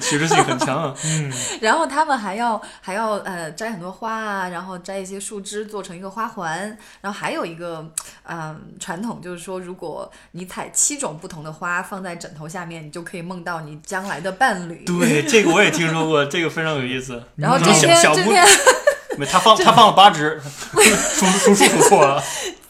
Speaker 1: 歧视性很强啊。
Speaker 3: 嗯，
Speaker 2: 然后他们还要还要呃摘很多花啊，然后摘一些树枝做成一个花环，然后还有一个嗯、呃传统就是说，如果你采七种不同的花放在枕头下面，你就可以梦到你将来的伴侣。
Speaker 1: 对，这个我也听说过，这个非常有意思。
Speaker 2: 然后
Speaker 1: 嗯
Speaker 2: 这天
Speaker 1: 小
Speaker 2: 这
Speaker 1: 小姑
Speaker 2: 天，
Speaker 1: 没他放他放了八只，数数数数错 了。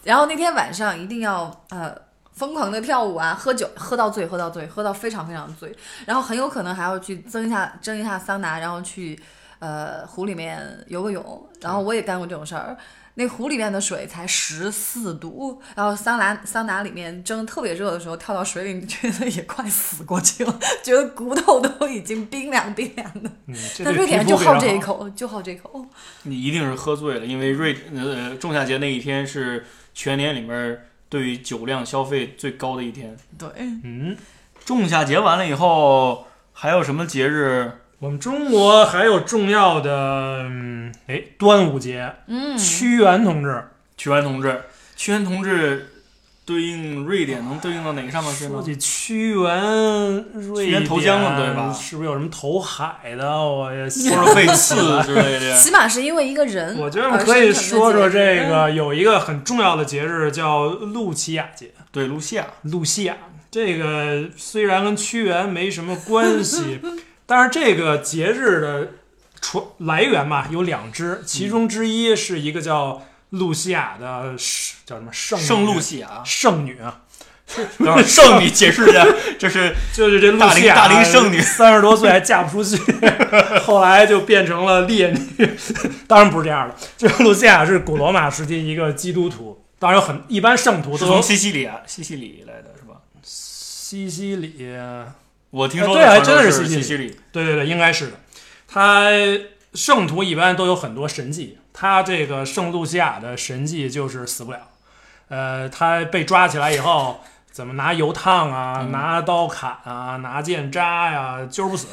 Speaker 2: 然后那天晚上一定要呃疯狂的跳舞啊，喝酒喝到醉，喝到醉，喝到非常非常醉，然后很有可能还要去蒸一下蒸一下桑拿，然后去呃湖里面游个泳，然后我也干过这种事儿。那湖里面的水才十四度，然后桑拿桑拿里面蒸特别热的时候，跳到水里，你觉得也快死过去了，觉得骨头都已经冰凉冰凉的。
Speaker 3: 嗯这
Speaker 2: 但
Speaker 3: 对
Speaker 2: 瑞典人
Speaker 3: 皮
Speaker 2: 就
Speaker 3: 肤非常
Speaker 2: 好这一
Speaker 3: 好
Speaker 2: 口，就好这一口。
Speaker 1: 你一定是喝醉了，因为瑞呃仲夏节那一天是全年里面对于酒量消费最高的一天。
Speaker 2: 对，
Speaker 3: 嗯，
Speaker 1: 仲夏节完了以后，还有什么节日？
Speaker 3: 我们中国还有重要的，嗯，哎，端午节，
Speaker 2: 嗯，
Speaker 3: 屈原同志，
Speaker 1: 屈原同志，屈原同志对应瑞典能对应到哪个上面去
Speaker 3: 说
Speaker 1: 呢？
Speaker 3: 起屈原，瑞
Speaker 1: 屈原投江了对
Speaker 3: 典
Speaker 1: 吧
Speaker 3: 是不是有什么投海的？我也
Speaker 1: 或者被刺之类的。
Speaker 2: 起码是因为一个人，
Speaker 3: 我觉得我们可以说说这
Speaker 2: 嗯。
Speaker 3: 个，有一个很重要的节日叫露西亚节，
Speaker 1: 对，露西亚，
Speaker 3: 露西亚这个虽然跟屈原没什么 关系，但是这个节日的传来源吧有两支，其中之一是一个叫露西亚的是叫什么圣
Speaker 1: 圣啊
Speaker 3: 女
Speaker 1: 露西亚。
Speaker 3: 圣女啊，
Speaker 1: 等会儿圣女解释一下，这是
Speaker 3: 就是这露
Speaker 1: 大
Speaker 3: 西
Speaker 1: 龄
Speaker 3: 亚
Speaker 1: 大龄剩女
Speaker 3: 三十多岁还嫁不出去， 后来就变成了烈女。 当然不是这样的，就是露西亚是古罗马时期一个基督徒，当然有很一般圣徒
Speaker 1: 是
Speaker 3: 都
Speaker 1: 从
Speaker 3: 从
Speaker 1: 西西里啊，西西里来的是吧？
Speaker 3: 西西里，啊
Speaker 1: 我听说
Speaker 3: 哎对还
Speaker 1: 传说
Speaker 3: 真的是
Speaker 1: 是
Speaker 3: 西
Speaker 1: 西里。
Speaker 3: 对对对，应该是的。他圣徒一般都有很多神迹，他这个圣露西亚的神迹就是死不了。呃，他被抓起来以后，怎么拿油烫啊，
Speaker 1: 嗯
Speaker 3: 拿刀砍啊，拿剑扎呀、揪不死。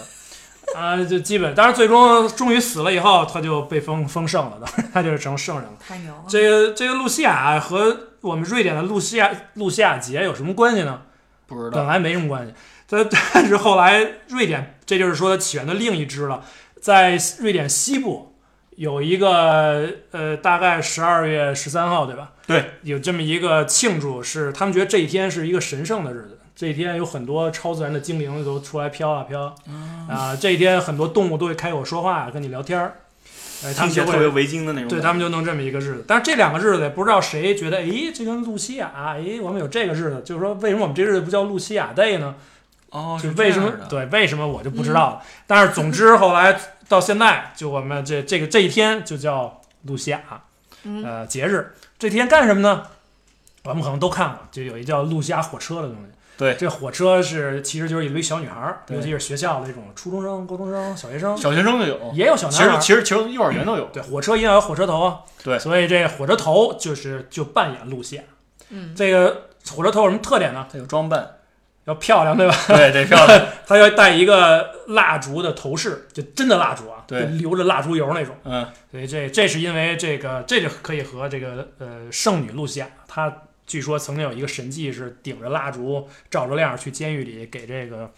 Speaker 3: 啊、就基本，当然最终终于死了以后，他就被封封圣了， 当然他就成圣人了。
Speaker 2: 太牛了！
Speaker 3: 这个这个露西亚和我们瑞典的露西亚露西亚节有什么关系呢？
Speaker 1: 不知道
Speaker 3: 本来没什么关系，但 但是后来瑞典，这就是说起源的另一支了，在瑞典西部有一个呃，大概十二月十三号，对吧？
Speaker 1: 对，
Speaker 3: 有这么一个庆祝，是他们觉得这一天是一个神圣的日子，这一天有很多超自然的精灵都出来飘啊飘啊、
Speaker 1: 嗯
Speaker 3: 这一天很多动物都会开口说话，跟你聊天儿，哎，
Speaker 1: 听
Speaker 3: 他们
Speaker 1: 起
Speaker 3: 就
Speaker 1: 来
Speaker 3: 会
Speaker 1: 特别维京的那种感觉。
Speaker 3: 对他们就弄这么一个日子。但是这两个日子也不知道谁觉得，诶，这跟露西亚，诶，我们有这个日子，就是说为什么我们这日子不叫露西亚 day 呢？
Speaker 1: 哦，
Speaker 3: 就是为
Speaker 1: 这
Speaker 3: 什么
Speaker 1: 样的嗯
Speaker 3: 对为什么我就不知道了。但是总之后来到现在，就我们这这个这一天就叫露西亚，
Speaker 2: 嗯
Speaker 3: 呃节日。这天干什么呢？我们可能都看过，就有一叫露西亚火车的东西。
Speaker 1: 对
Speaker 3: 这火车是其实就是一堆小女孩儿，
Speaker 1: 对
Speaker 3: 尤其是学校的那种初中生、高中生、小学生，
Speaker 1: 小学生就有，
Speaker 3: 也有小
Speaker 1: 其
Speaker 3: 男孩
Speaker 1: 实
Speaker 3: 儿。
Speaker 1: 其实其实幼儿园都有。
Speaker 3: 对，火车一定要有火车头啊。
Speaker 1: 对
Speaker 3: 所以这火车头就是就扮演露西亚。
Speaker 2: 嗯，
Speaker 3: 这个火车头有什么特点呢？
Speaker 1: 它有装扮，
Speaker 3: 要漂亮，对吧？
Speaker 1: 对，得漂亮，
Speaker 3: 他要戴一个蜡烛的头饰，就真的蜡烛啊，
Speaker 1: 对
Speaker 3: 就流着蜡烛油那种。
Speaker 1: 嗯，
Speaker 3: 所以这这是因为这个，这就可以和这个呃圣女露西亚，她据说曾经有一个神迹是顶着蜡烛照着亮去监狱里给这个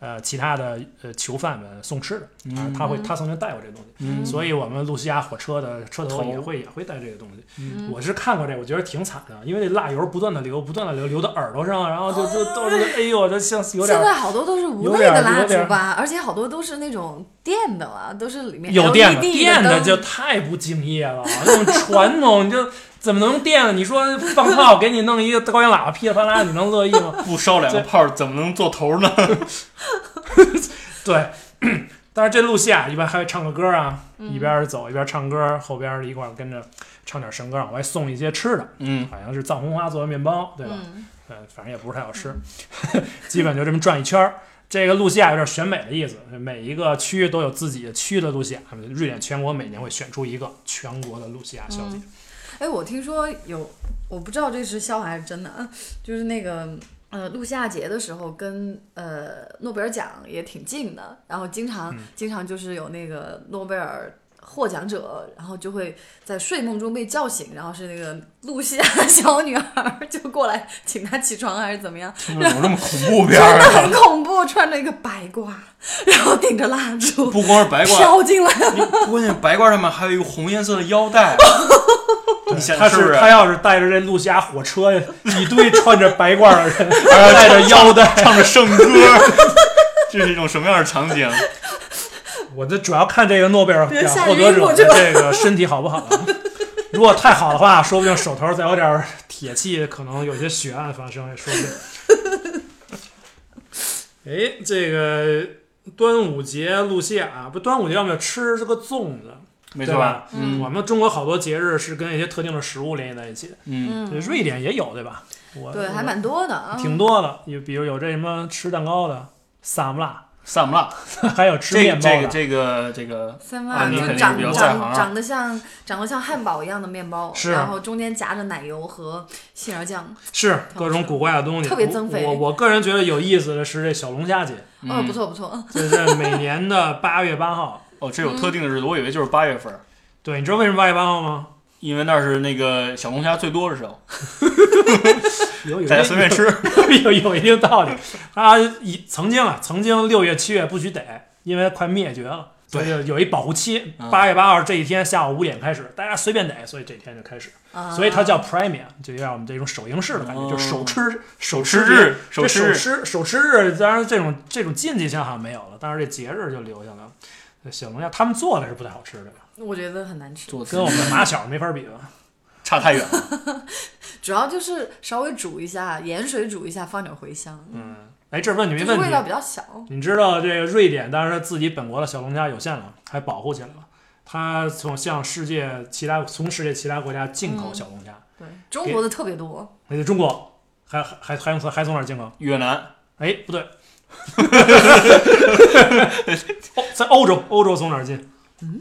Speaker 3: 呃其他的呃囚犯们送吃的。啊，她会，她曾经带过这东西，
Speaker 1: 嗯
Speaker 3: 所以我们露西亚火车的车头也会也会带这个东西。
Speaker 2: 嗯
Speaker 3: 我是看过这，我觉得挺惨的，因为这蜡油不断的流，不断的流，流到耳朵上，啊然后就就都是哎呦，这像有点
Speaker 2: 哦现在好多都是无类
Speaker 3: 有点
Speaker 2: 的
Speaker 3: 儿
Speaker 2: 蜡
Speaker 3: 有点儿
Speaker 2: 烛吧，而且好多都是那种电的了，都是里面
Speaker 3: 有电的，
Speaker 2: LED
Speaker 3: 电的
Speaker 2: 灯
Speaker 3: 就太不敬业了。那种传统，你就怎么能用电呢？你说放炮给你弄一个高音喇叭噼里啪啦，你能乐意吗？
Speaker 1: 不烧两个泡儿怎么能做头 呢？
Speaker 3: 对，但是这露西亚一般还会唱个歌啊，
Speaker 2: 嗯
Speaker 3: 一边走一边唱歌，后边一块儿跟着唱点神歌，往外送一些吃的，
Speaker 1: 嗯，
Speaker 3: 好像是藏红花做的面包，对吧？
Speaker 2: 嗯
Speaker 3: 呃，反正也不是太好吃，基本就这么转一圈儿。这个露西亚有点选美的意思，每一个区都有自己区的露西亚。瑞典全国每年会选出一个全国的露西亚小姐。
Speaker 2: 哎，我听说有，我不知道这是笑话还是真的，啊，就是那个呃，露西亚节的时候跟呃诺贝尔奖也挺近的，然后经常、
Speaker 3: 嗯
Speaker 2: 经常就是有那个诺贝尔。获奖者，然后就会在睡梦中被叫醒，然后是那个露西亚 小女孩儿就过来请他起床，还是怎么样？
Speaker 1: 怎么有这么恐怖片
Speaker 2: 真
Speaker 1: 儿
Speaker 2: 的
Speaker 1: 啊？
Speaker 2: 很恐怖，穿着一个白褂，然后顶着蜡烛
Speaker 1: 不光是白褂，
Speaker 2: 飘进来，
Speaker 1: 关键白褂上面还有一个红颜色的腰带， 你想
Speaker 3: 他
Speaker 1: 是不
Speaker 3: 是
Speaker 1: 是
Speaker 3: 他要是带着这路西亚火车一堆穿着白褂的人，还带着腰带，
Speaker 1: 唱着圣歌， 这是一种什么样的场景？
Speaker 3: 我这主要看这个诺贝尔
Speaker 2: 别
Speaker 3: 奖
Speaker 2: 吓
Speaker 3: 获得
Speaker 2: 晕
Speaker 3: 者
Speaker 2: 我
Speaker 3: 的
Speaker 2: 这
Speaker 3: 这个身体好 不好。如果太好的话，说不定手头再有点儿铁气，可能有些血案发生，也说不定。 哎，这个端午节，露西亚不端午节我们就吃这个粽子，
Speaker 1: 没
Speaker 3: 对
Speaker 1: 错吧？
Speaker 3: 吧？
Speaker 2: 嗯
Speaker 3: 我们中国好多节日是跟一些特定的食物联系在一起的，
Speaker 1: 嗯，
Speaker 2: 嗯，
Speaker 3: 瑞典也有对吧？我
Speaker 2: 对，
Speaker 3: 我
Speaker 2: 还蛮多的啊，
Speaker 3: 挺多的，有比如有这什么吃蛋糕的萨姆拉，
Speaker 1: 萨姆拉，
Speaker 3: 还有吃
Speaker 1: 这
Speaker 3: 面
Speaker 1: 个这个
Speaker 3: 包的，
Speaker 1: 这个这个，
Speaker 2: 三
Speaker 1: 啊
Speaker 2: 万
Speaker 1: 你
Speaker 2: 就
Speaker 1: 肯定是
Speaker 2: 长
Speaker 1: 比较在行
Speaker 2: 长
Speaker 1: 啊
Speaker 2: 长得像长得像汉堡一样的面包，
Speaker 3: 是
Speaker 2: 然后中间夹着奶油和杏仁酱，
Speaker 3: 是
Speaker 2: 吃
Speaker 3: 各种古怪的东西，
Speaker 2: 特别
Speaker 3: 我
Speaker 2: 增肥
Speaker 3: 我我个人觉得有意思的是这小龙 虾节，
Speaker 2: 哦，不
Speaker 1: 错。
Speaker 2: 错不错，嗯
Speaker 3: 就是每年的八月八号。
Speaker 1: 哦，这有特定的日子，我以为就是八月份儿，
Speaker 3: 对，你知道为什么八月八号吗？
Speaker 1: 因为那是那个小龙虾最多的时候，
Speaker 3: 有有
Speaker 1: 大家随便吃。
Speaker 3: 有有一定道理。啊，以曾经啊，曾经六月七月不许逮，因为快灭绝了。
Speaker 1: 对
Speaker 3: 所以有一保护期
Speaker 1: 嗯，
Speaker 3: 八月八号这一天下午五点开始，大家随便逮，所以这一天就开始，
Speaker 2: 啊
Speaker 3: 所以它叫 Premium，就有点我们这种首映式的感觉，
Speaker 1: 哦
Speaker 3: 就手吃手
Speaker 1: 吃
Speaker 3: 节
Speaker 1: 日，手
Speaker 3: 这
Speaker 1: 吃
Speaker 3: 手
Speaker 1: 日，
Speaker 3: 吃手吃日，当然这种这种禁忌性好像没有了，但是这节日就留下了。这小龙虾他们做的是不太好吃的，
Speaker 2: 我觉得很难吃，
Speaker 1: 做
Speaker 3: 跟我们马小没法比吧？
Speaker 1: 差太远了。
Speaker 2: 主要就是稍微煮一下，盐水煮一下，放点茴香，
Speaker 3: 嗯，哎，这问你
Speaker 2: 就
Speaker 3: 没
Speaker 2: 是
Speaker 3: 问
Speaker 2: 味道
Speaker 3: 题，
Speaker 2: 比较小。
Speaker 3: 你知道这个瑞典当然自己本国的小龙虾有限了，还保护起来了，它从向世界其他从世界其他国家进口
Speaker 2: 嗯
Speaker 3: 小龙虾，
Speaker 2: 对，中国的特别多，
Speaker 3: 那、就中国还还还还从还从哪儿进口？
Speaker 1: 越南
Speaker 3: 哎，不对，哦在欧洲欧洲从哪儿进？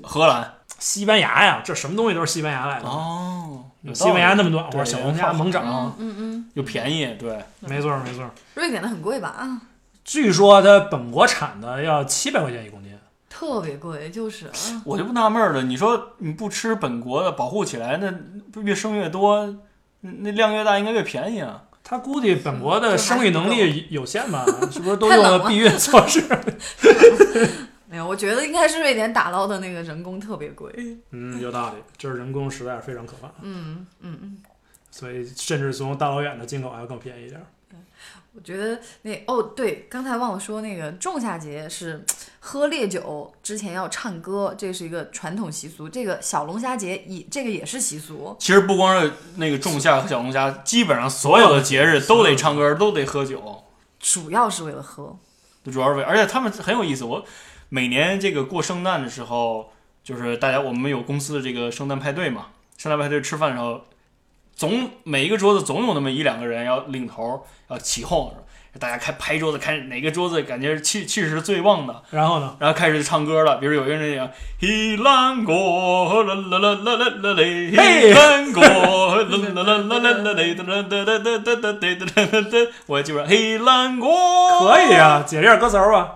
Speaker 1: 荷兰
Speaker 3: 西班牙呀，这什么东西都是西班牙来的。
Speaker 1: 哦
Speaker 3: 有嗯西班牙那么多，
Speaker 1: 对
Speaker 3: 我小龙虾猛啊涨，
Speaker 1: 嗯
Speaker 2: 嗯嗯，
Speaker 1: 又便宜，对，
Speaker 3: 没错没错。
Speaker 2: 瑞典的很贵吧？啊，
Speaker 3: 据说它本国产的要七百块钱一公斤，
Speaker 2: 特别贵，就是啊，
Speaker 1: 我就不纳闷儿了。你说你不吃本国的，保护起来，那不越生越多，那量越大，应该越便宜啊。
Speaker 3: 它估计本国的生育能力有限吧？是不是都
Speaker 2: 太
Speaker 3: 用
Speaker 2: 冷
Speaker 3: 了避孕措施？
Speaker 2: 没有，我觉得应该是瑞典打捞的那个人工特别贵。
Speaker 3: 嗯，有道理，这人工实在是非常可怕，
Speaker 2: 嗯嗯嗯，
Speaker 3: 所以甚至从大老远的进口还要更便宜一点。
Speaker 2: 我觉得那哦对，刚才忘了说那个仲夏节是喝烈酒之前要唱歌，这是一个传统习俗。这个小龙虾节也这个也是习俗，
Speaker 1: 其实不光是那个仲夏和小龙虾，基本上所有的节日都得唱歌，都得喝酒，
Speaker 2: 主要是为了喝。
Speaker 1: 主要是为，而且他们很有意思。我每年这个过圣诞的时候，就是大家我们有公司的这个圣诞派对嘛，圣诞派对吃饭的时候，总每一个桌子总有那么一两个人要领头，要起哄，大家开拍桌子，看哪个桌子感觉气气势是最旺的。
Speaker 3: 然后呢，
Speaker 1: 然后开始唱歌了，比如有一个人讲“一兰果啦啦啦啦啦啦嘞，一兰果啦啦啦啦啦啦嘞，哒哒哒哒哒哒哒哒哒哒”，我基本上“一兰果”
Speaker 3: 可以，啊，解这点歌词儿吧？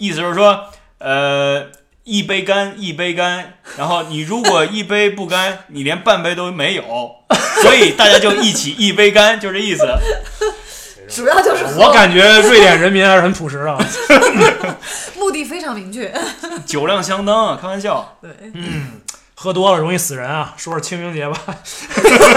Speaker 1: 意思就是说，呃，一杯干，一杯干，然后你如果一杯不干，你连半杯都没有，所以大家就一起一杯干，就这意思。
Speaker 2: 主要就是喝，
Speaker 3: 我感觉瑞典人民还是很朴实的。
Speaker 2: 目的非常明确。
Speaker 1: 酒量相当啊，开玩笑，
Speaker 2: 对，
Speaker 3: 喝多了容易死人啊！说说清明节吧，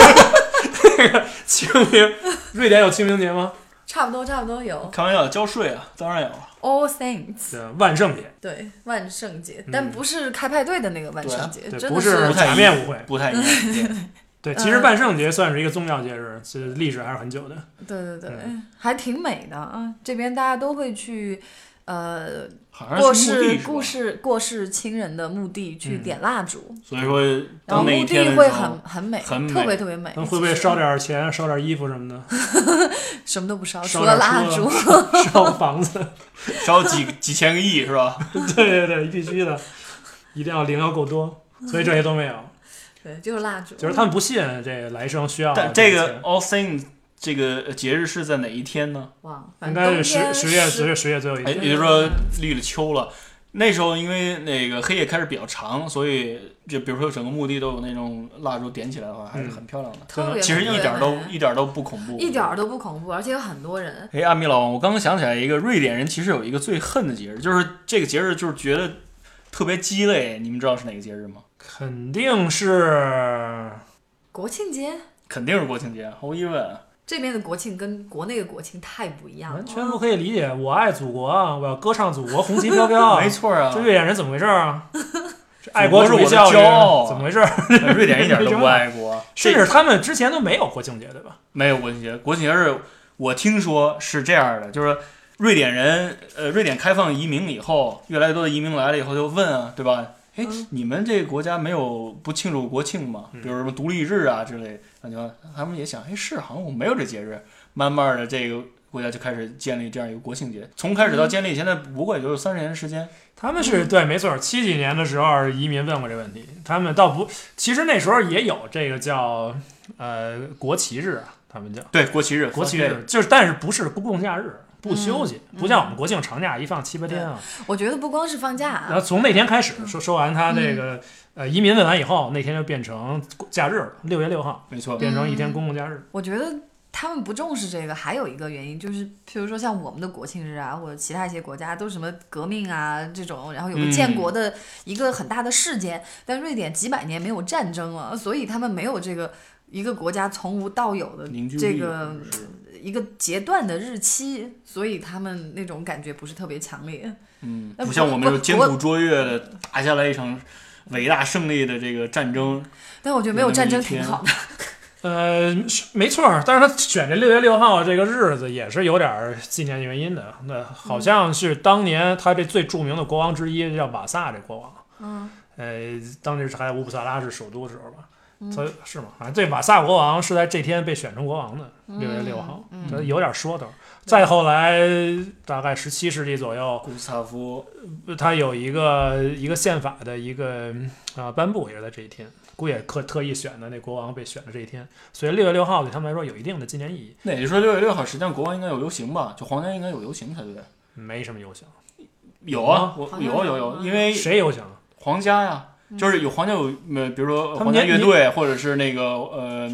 Speaker 3: 那个清明，瑞典有清明节吗？
Speaker 2: 差不多差不多有
Speaker 1: 开玩笑，交税啊，当然有。
Speaker 2: All Saints，
Speaker 3: 对，万圣节，
Speaker 2: 对万圣节，但不是开派对的那个万圣节，
Speaker 3: 嗯对，
Speaker 2: 呃真
Speaker 3: 不
Speaker 2: 的嗯
Speaker 1: 不太一
Speaker 3: 假
Speaker 1: 样
Speaker 3: 面舞会。
Speaker 1: 不太一样，对
Speaker 3: 对，其实万圣节算是一个宗教节日，是历史还是很久的。
Speaker 2: 对对对
Speaker 3: 嗯，
Speaker 2: 还挺美的啊。这边大家都会去，呃，
Speaker 1: 好
Speaker 2: 过
Speaker 1: 像是墓地是
Speaker 2: 世
Speaker 1: 吧
Speaker 2: 过世过世亲人的墓地去
Speaker 3: 嗯
Speaker 2: 点蜡烛，
Speaker 1: 所以说，
Speaker 2: 然后
Speaker 1: 当那一
Speaker 2: 墓
Speaker 1: 天
Speaker 2: 地
Speaker 1: 的
Speaker 2: 会
Speaker 1: 时候
Speaker 2: 很很美，
Speaker 1: 很美
Speaker 2: 特别特别美。
Speaker 3: 那会不会
Speaker 2: 其实
Speaker 3: 烧点钱、烧点衣服什么的，
Speaker 2: 什么都不烧，
Speaker 3: 烧
Speaker 2: 除了
Speaker 3: 点
Speaker 2: 蜡
Speaker 3: 书
Speaker 2: 烛。
Speaker 3: 烧个房子？
Speaker 1: 烧几几千个亿是 吧？
Speaker 3: 对对对，必须的，一定要零要够多。所以这些都没
Speaker 2: 嗯
Speaker 3: 有，
Speaker 2: 对，就是蜡烛。
Speaker 3: 就是他们不信这来生需
Speaker 2: 啊
Speaker 3: 要
Speaker 1: 但
Speaker 3: 这
Speaker 1: 这个
Speaker 3: 钱
Speaker 1: All Saints 这个节日是在哪一天呢？
Speaker 2: 哇，
Speaker 3: 应
Speaker 2: 反正
Speaker 3: 该
Speaker 2: 冬
Speaker 3: 是
Speaker 2: 天
Speaker 3: 十十月十月十月最后一
Speaker 1: 哎，
Speaker 3: 天，
Speaker 1: 也就是说立了秋了，那时候因为那个黑夜开始比较长，所以就比如说整个墓地都有那种蜡烛点起来的话，还是很漂亮的。
Speaker 2: 特别
Speaker 1: 其实一点儿都
Speaker 2: 特别美
Speaker 1: 一点儿都不恐怖，
Speaker 2: 一点儿都不恐怖，而且有很多人。
Speaker 1: 哎，阿米老王，我刚刚想起来一个，瑞典人其实有一个最恨的节日，就是这个节日就是觉得特别鸡肋。你们知道是哪个节日吗？
Speaker 3: 肯定是
Speaker 2: 国庆节
Speaker 1: 肯定是国庆节，毫无疑问。
Speaker 2: 这边的国庆跟国内的国庆太不一样了
Speaker 3: 完，全不可以理解。我爱祖国啊，我要歌唱祖国，红旗飘飘啊。
Speaker 1: 没错啊
Speaker 3: 这，瑞典人怎么回事 儿啊？这爱
Speaker 1: 祖国
Speaker 3: 国
Speaker 1: 是
Speaker 3: 主义
Speaker 1: 我的
Speaker 3: 教育
Speaker 1: 骄傲啊
Speaker 3: 怎么回事儿？
Speaker 1: 瑞典一点都不爱国，
Speaker 3: 甚
Speaker 1: 这
Speaker 3: 至他们之前都没有国庆节，对吧？
Speaker 1: 没有国庆节。国庆节是我听说是这样的，就是瑞典人，呃，瑞典开放移民以后，越来越多的移民来了以后就问啊，对吧？哎
Speaker 2: 嗯，
Speaker 1: 你们这个国家没有不庆祝国庆吗？
Speaker 3: 嗯
Speaker 1: 比如什么独立日啊之类，然后他们也想，哎，是，好像我没有这节日。慢慢的，这个国家就开始建立这样一个国庆节，从开始到建立，现在不过也就是三十年的时间。
Speaker 3: 他们是对，没错，七几年的时候移民问过这问题，他们倒不，其实那时候也有这个叫呃国旗日啊，他们叫
Speaker 1: 对，国旗日，
Speaker 3: 国旗
Speaker 1: 对
Speaker 3: 日，就是但是不是公共假日，不休息，
Speaker 2: 嗯
Speaker 3: 不像我们国庆长假一放七八天啊。
Speaker 2: 我觉得不光是放假啊
Speaker 3: 然后从那天开始，说说完他这个、呃移民问完以后，那天就变成假日了，六月六号
Speaker 1: 没错，
Speaker 3: 变成一天公共假日。
Speaker 2: 我觉得他们不重视这个，还有一个原因就是，譬如说像我们的国庆日啊，或者其他一些国家都什么革命啊这种，然后有
Speaker 1: 嗯
Speaker 2: 个建国的一个很大的事件，但瑞典几百年没有战争了，所以他们没有这个一个国家从无到有的
Speaker 1: 凝聚力
Speaker 2: 这个
Speaker 1: 是
Speaker 2: 一个阶段的日期，所以他们那种感觉不是特别强烈。
Speaker 1: 嗯，
Speaker 2: 那
Speaker 1: 不
Speaker 2: 不
Speaker 1: 像我们
Speaker 2: 不
Speaker 1: 这种艰
Speaker 2: 不
Speaker 1: 苦卓越的打下来一场伟大胜利的这个战争，
Speaker 2: 但我觉得没有战争挺好的，
Speaker 3: 呃，是没错儿，但是他选这六月六号这个日子也是有点儿纪念原因的。那好
Speaker 2: 嗯
Speaker 3: 像是当年他这最著名的国王之一叫瓦萨，这国王，
Speaker 2: 嗯，
Speaker 3: 呃，当时还乌普萨拉是首都的时候吧，
Speaker 2: 嗯
Speaker 3: 他是吗？反正这瓦萨国王是在这天被选成国王的，六月六号，
Speaker 2: 嗯
Speaker 3: 这有点说头。再后来，大概十七世纪左右，
Speaker 1: 古斯塔夫
Speaker 3: 他有一个一个宪法的一个啊、呃颁布，也是在这一天，估也特特意选的那国王被选的这一天，所以六月六号对他们来说有一定的纪念意义，
Speaker 1: 那也就是说，六月六号实际上国王应该有游行吧？就皇家应该有游行才对。
Speaker 3: 没什么游行，
Speaker 1: 有啊，
Speaker 2: 好
Speaker 1: 我
Speaker 2: 像
Speaker 1: 有啊
Speaker 2: 有
Speaker 1: 有有，
Speaker 2: 嗯
Speaker 1: 因为
Speaker 3: 谁游行啊？
Speaker 1: 皇家呀，就是有皇家有呃，比如说
Speaker 3: 他们
Speaker 1: 皇家
Speaker 3: 年
Speaker 1: 乐队，或者是那个呃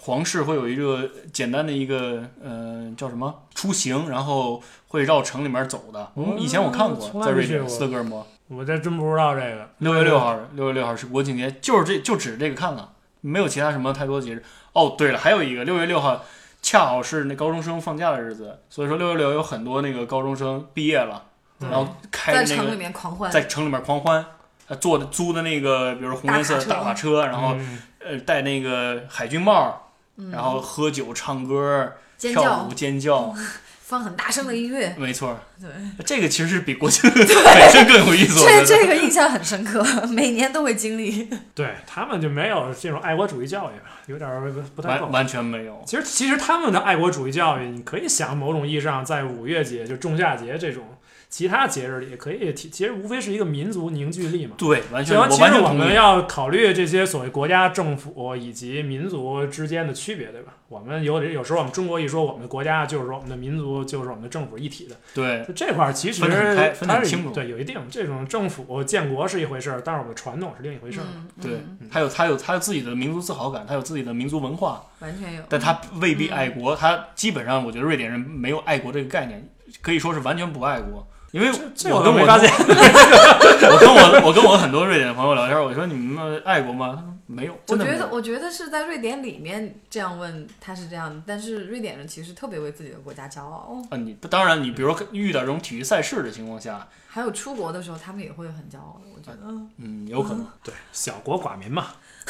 Speaker 1: 皇室会有一个简单的一个呃叫什么出行，然后会绕城里面走的。
Speaker 3: 嗯
Speaker 1: 以前我看过
Speaker 3: 从，来
Speaker 1: 在
Speaker 3: 没
Speaker 1: 瑞
Speaker 3: 去
Speaker 1: 典
Speaker 3: 过
Speaker 1: 斯德哥尔摩，
Speaker 3: 我这真不知道这个。
Speaker 1: 六月六号，六月六号是国庆节，就是这就指这个看了，没有其他什么太多节日。哦，对了，还有一个六月六号，恰好是那高中生放假的日子，所以说六月六有很多那个高中生毕业了，
Speaker 3: 嗯
Speaker 1: 然后开
Speaker 2: 在
Speaker 1: 那
Speaker 2: 城里
Speaker 1: 个
Speaker 2: 面狂欢。
Speaker 1: 在城里面狂欢，呃坐的租的那个，比如红颜色的大
Speaker 2: 大
Speaker 1: 卡
Speaker 2: 卡
Speaker 1: 车，然后
Speaker 3: 嗯
Speaker 1: 呃戴那个海军帽，
Speaker 2: 嗯
Speaker 1: 然后喝酒唱歌。
Speaker 2: 尖
Speaker 1: 跳
Speaker 2: 叫
Speaker 1: 舞，尖叫，
Speaker 2: 放很大声的音 乐，
Speaker 1: 没错，
Speaker 2: 对，
Speaker 1: 这个其实比国庆 本身更有意思。我觉
Speaker 2: 这
Speaker 1: 得
Speaker 2: 这个印象很深刻，每年都会经历。
Speaker 3: 对他们就没有这种爱国主义教育，有点儿不不太够
Speaker 1: 完。完全没有，
Speaker 3: 其实，其实他们的爱国主义教育，你可以想某种意义上，在五月节就仲夏节这种其他节日里，可以提，其实无非是一个民族凝聚力嘛。
Speaker 1: 对，完全
Speaker 3: 这完
Speaker 1: 我
Speaker 3: 其
Speaker 1: 完
Speaker 3: 实
Speaker 1: 全
Speaker 3: 我
Speaker 1: 同
Speaker 3: 们
Speaker 1: 意。
Speaker 3: 要考虑这些所谓国家政府以及民族之间的区别，对吧？我们有有时候我们中国一说我们的国家就是说我们的民族就是我们的政府一体的，
Speaker 1: 对，
Speaker 3: 就这块儿其实
Speaker 1: 分得很开分得
Speaker 3: 它
Speaker 1: 很
Speaker 3: 是
Speaker 1: 清楚
Speaker 3: 对有一定这种政府建国是一回事儿，但是我们的传统是另一回事儿。
Speaker 2: 嗯、
Speaker 1: 对
Speaker 2: 嗯，
Speaker 1: 他有他有他有自己的民族自豪感，他有自己的民族文化，
Speaker 2: 完全有。
Speaker 1: 但他
Speaker 3: 嗯
Speaker 1: 未
Speaker 2: 嗯
Speaker 1: 必爱国。他基本上，我觉得瑞典人没有爱国这个概念，可以说是完全不爱国。因为
Speaker 3: 这
Speaker 1: 我
Speaker 3: 我
Speaker 1: 跟
Speaker 3: 都
Speaker 1: 我
Speaker 3: 没发现，
Speaker 1: 我跟我我跟我很多瑞典的朋友聊天，我说你们爱国吗？他说没有，
Speaker 2: 我
Speaker 1: 真的没
Speaker 2: 觉得，
Speaker 1: 有。
Speaker 2: 我觉得是在瑞典里面这样问他是这样的，但是瑞典人其实特别为自己的国家骄傲，
Speaker 1: 啊，你当然，你比如说遇到这种体育赛事的情况下，
Speaker 2: 还有出国的时候他们也会很骄傲的。我觉得，
Speaker 1: 嗯，有可能。
Speaker 3: 对小国寡民嘛，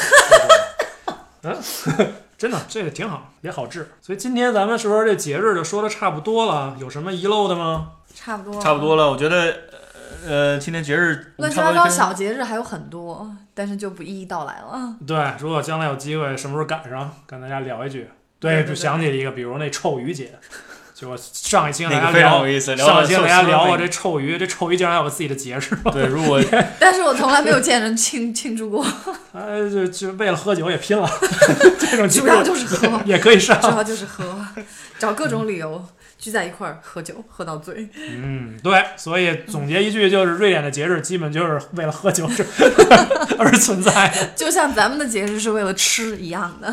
Speaker 3: 嗯， 真的这个挺好，也好治。所以今天咱们是不是这节日就说的差不多了？有什么遗漏的吗？
Speaker 2: 差不多，
Speaker 1: 差不。多了，我觉得，呃，今天节日
Speaker 2: 嗯乱七
Speaker 1: 差
Speaker 2: 八
Speaker 1: 不多
Speaker 2: 糟
Speaker 1: 跟
Speaker 2: 小节日还有很多，但是就不一一道来了。
Speaker 3: 对，如果将来有机会，什么时候赶上，跟大家聊一句。
Speaker 2: 对对
Speaker 3: 就
Speaker 2: 对
Speaker 3: 想起了一个，比如那臭鱼节，就我上一期跟大
Speaker 1: 那
Speaker 3: 家
Speaker 1: 个非常
Speaker 3: 聊
Speaker 1: 有，意思，聊
Speaker 3: 上
Speaker 1: 到
Speaker 3: 一期
Speaker 1: 寿
Speaker 3: 跟
Speaker 1: 司
Speaker 3: 大家聊过
Speaker 1: 那
Speaker 3: 这臭鱼，这臭鱼竟然还有自己的节日，
Speaker 1: 个。对，如果
Speaker 2: 但是我从来没有见人庆 庆祝过，
Speaker 3: 呃，就就为了 喝酒也拼了，这种节
Speaker 2: 主要
Speaker 3: 日
Speaker 2: 就是喝，
Speaker 3: 也可以上
Speaker 2: 主。要就是喝，找各种理由。聚在一块儿喝酒，喝到醉。
Speaker 3: 嗯，对，所以总结一句就是，瑞典的节日基本就是为了喝酒而 存在，
Speaker 2: 就像咱们的节日是为了吃一样的。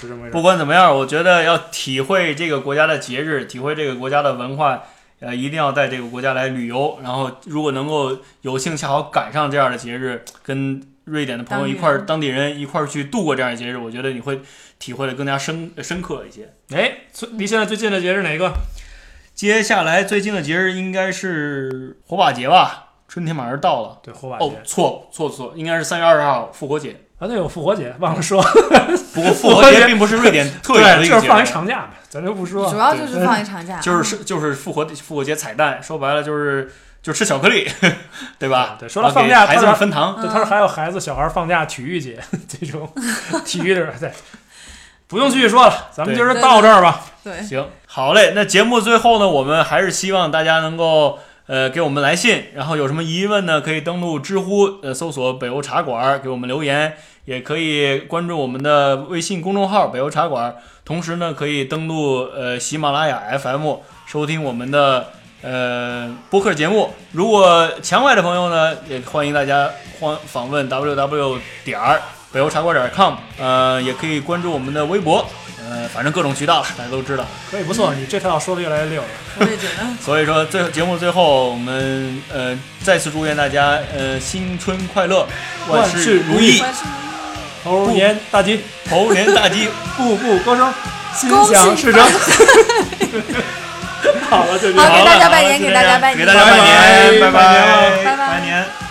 Speaker 3: 是这么回事
Speaker 1: 不。管怎么样，我觉得要体会这个国家的节日，体会这个国家的文化，呃，一定要在这个国家来旅游。然后，如果能够有幸恰好赶上这样的节日，跟瑞典的朋友一块儿，当地人一块儿去度过这样的节日，我觉得你会体会的更加深呃深刻一些。
Speaker 3: 哎，最离现在最近的节日哪个？
Speaker 1: 接下来最近的节日应该是火把节吧？春天马上到了。
Speaker 3: 对，火把节、
Speaker 1: 哦，错错错，应该是三月二十号复活节。
Speaker 3: 啊，对，有复活节，忘了说，
Speaker 1: 不过复活节并不是瑞典特有的
Speaker 3: 对，
Speaker 1: 一
Speaker 3: 就
Speaker 1: 个
Speaker 3: 是
Speaker 1: 节
Speaker 3: 放一
Speaker 1: 日，
Speaker 3: 长假呗，咱就不说
Speaker 2: 主要
Speaker 3: 了。
Speaker 2: 就是放一长假，
Speaker 1: 就是是就是复活复活节彩蛋，说白了就是就吃巧克力， 对吧？
Speaker 3: 对，说到
Speaker 1: 然后
Speaker 3: 放
Speaker 1: 给
Speaker 3: 假，
Speaker 1: 孩子们
Speaker 3: 他说
Speaker 1: 分
Speaker 2: 嗯
Speaker 1: 糖，
Speaker 3: 对，他说还有孩子小孩放假体育节这种体育的，对，不用继续说了，咱们今儿就
Speaker 2: 对
Speaker 3: 到这儿吧。
Speaker 2: 对，
Speaker 1: 行，好嘞。那节目最后呢，我们还是希望大家能够呃给我们来信，然后有什么疑问呢，可以登录知乎呃搜索“北欧茶馆”给我们留言，也可以关注我们的微信公众号“北欧茶馆”，同时呢可以登录呃喜马拉雅 FM 收听我们的。呃，播客节目，如果墙外的朋友呢，也欢迎大家欢访问 www 点儿北欧茶馆点儿 com，呃，也可以关注我们的微博，呃，反正各种渠道了，大家都知道。
Speaker 3: 可以，不错，你这套说的越来越溜 了。
Speaker 2: 我也觉得。
Speaker 1: 所以说最后节目最后，我们呃再次祝愿大家呃新春快乐，万事如意，
Speaker 2: 万事如意
Speaker 3: 猴年大吉，
Speaker 1: 猴年大吉。
Speaker 3: 步步高升，心
Speaker 2: 恭喜
Speaker 3: 想 事成。好了，就这样
Speaker 2: 好，给大
Speaker 1: 好了
Speaker 2: 家拜年，
Speaker 3: 就
Speaker 2: 给
Speaker 3: 这
Speaker 2: 大家
Speaker 3: 样
Speaker 2: 拜年，
Speaker 1: 给大家拜年，
Speaker 3: 拜拜
Speaker 1: 拜
Speaker 2: 拜拜
Speaker 1: 拜年。